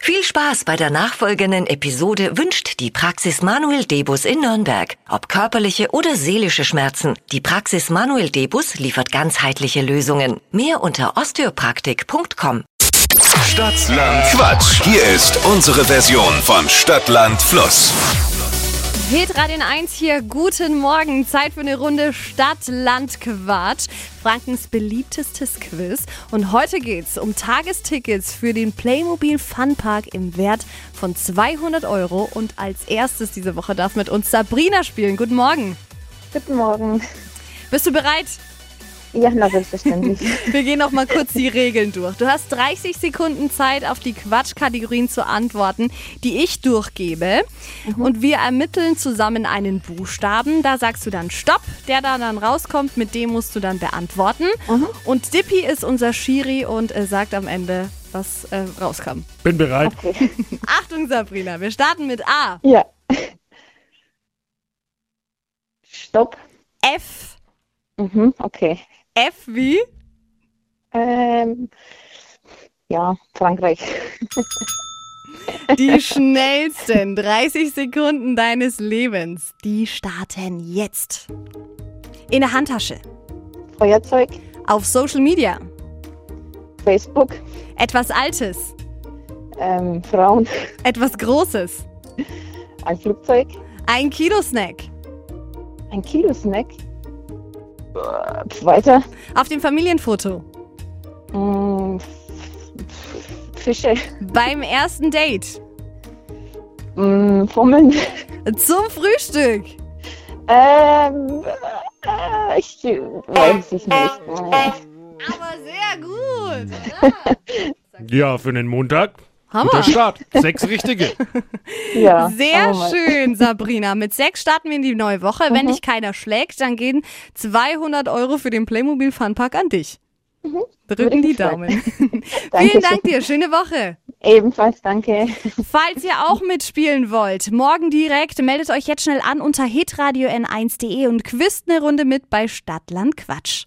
Viel Spaß bei der nachfolgenden Episode wünscht die Praxis Manuel Debus in Nürnberg. Ob körperliche oder seelische Schmerzen, die Praxis Manuel Debus liefert ganzheitliche Lösungen. Mehr unter osteopraktik.com. Stadtland Quatsch. Hier ist unsere Version von Stadtland Fluss. Petra den 1 hier, guten Morgen. Zeit für eine Runde Stadt-Land-Quatsch. Frankens beliebtestes Quiz. Und heute geht's um Tagestickets für den Playmobil Funpark im Wert von 200 Euro. Und als erstes diese Woche darf mit uns Sabrina spielen. Guten Morgen. Guten Morgen. Bist du bereit? Ja, na selbstverständlich. Wir gehen noch mal kurz die Regeln durch. Du hast 30 Sekunden Zeit, auf die Quatschkategorien zu antworten, die ich durchgebe. Und wir ermitteln zusammen einen Buchstaben. Da sagst du dann Stopp, der da dann rauskommt, mit dem musst du dann beantworten. Und Dippy ist unser Schiri und äh, sagt am Ende, was äh, rauskam. Bin bereit. Achtung, Sabrina, wir starten mit A, ja. Stopp. F, Mhm, okay. F wie Ähm, ja, Frankreich. die schnellsten 30 Sekunden deines Lebens. Die starten jetzt. In der Handtasche. Feuerzeug, Auf Social Media. Facebook, Etwas Altes. ähm, Frauen, Etwas Großes. ein Flugzeug, Ein Kilo-Snack. ein Kilo-Snack. Äh, pf, Weiter. Auf dem Familienfoto. Mm, f- f- Fische, Beim ersten Date. mm, Fummeln. Zum Frühstück. Ähm, äh, ich weiß es nicht. Aber sehr gut. Oder? Ja, für den Montag. Guter Hammer. Start. Sechs richtige. Ja, Sehr schauen wir mal. schön, Sabrina. Mit sechs starten wir in die neue Woche. Mhm. Wenn dich keiner schlägt, dann gehen 200 Euro für den Playmobil Funpark an dich. Drücken Mhm. Würde die mich freuen. Daumen. Vielen Dankeschön. Dank dir. Schöne Woche. Ebenfalls danke. Falls ihr auch mitspielen wollt, morgen direkt, meldet euch jetzt schnell an unter hitradio n1.de und quizt eine Runde mit bei Stadtland Quatsch.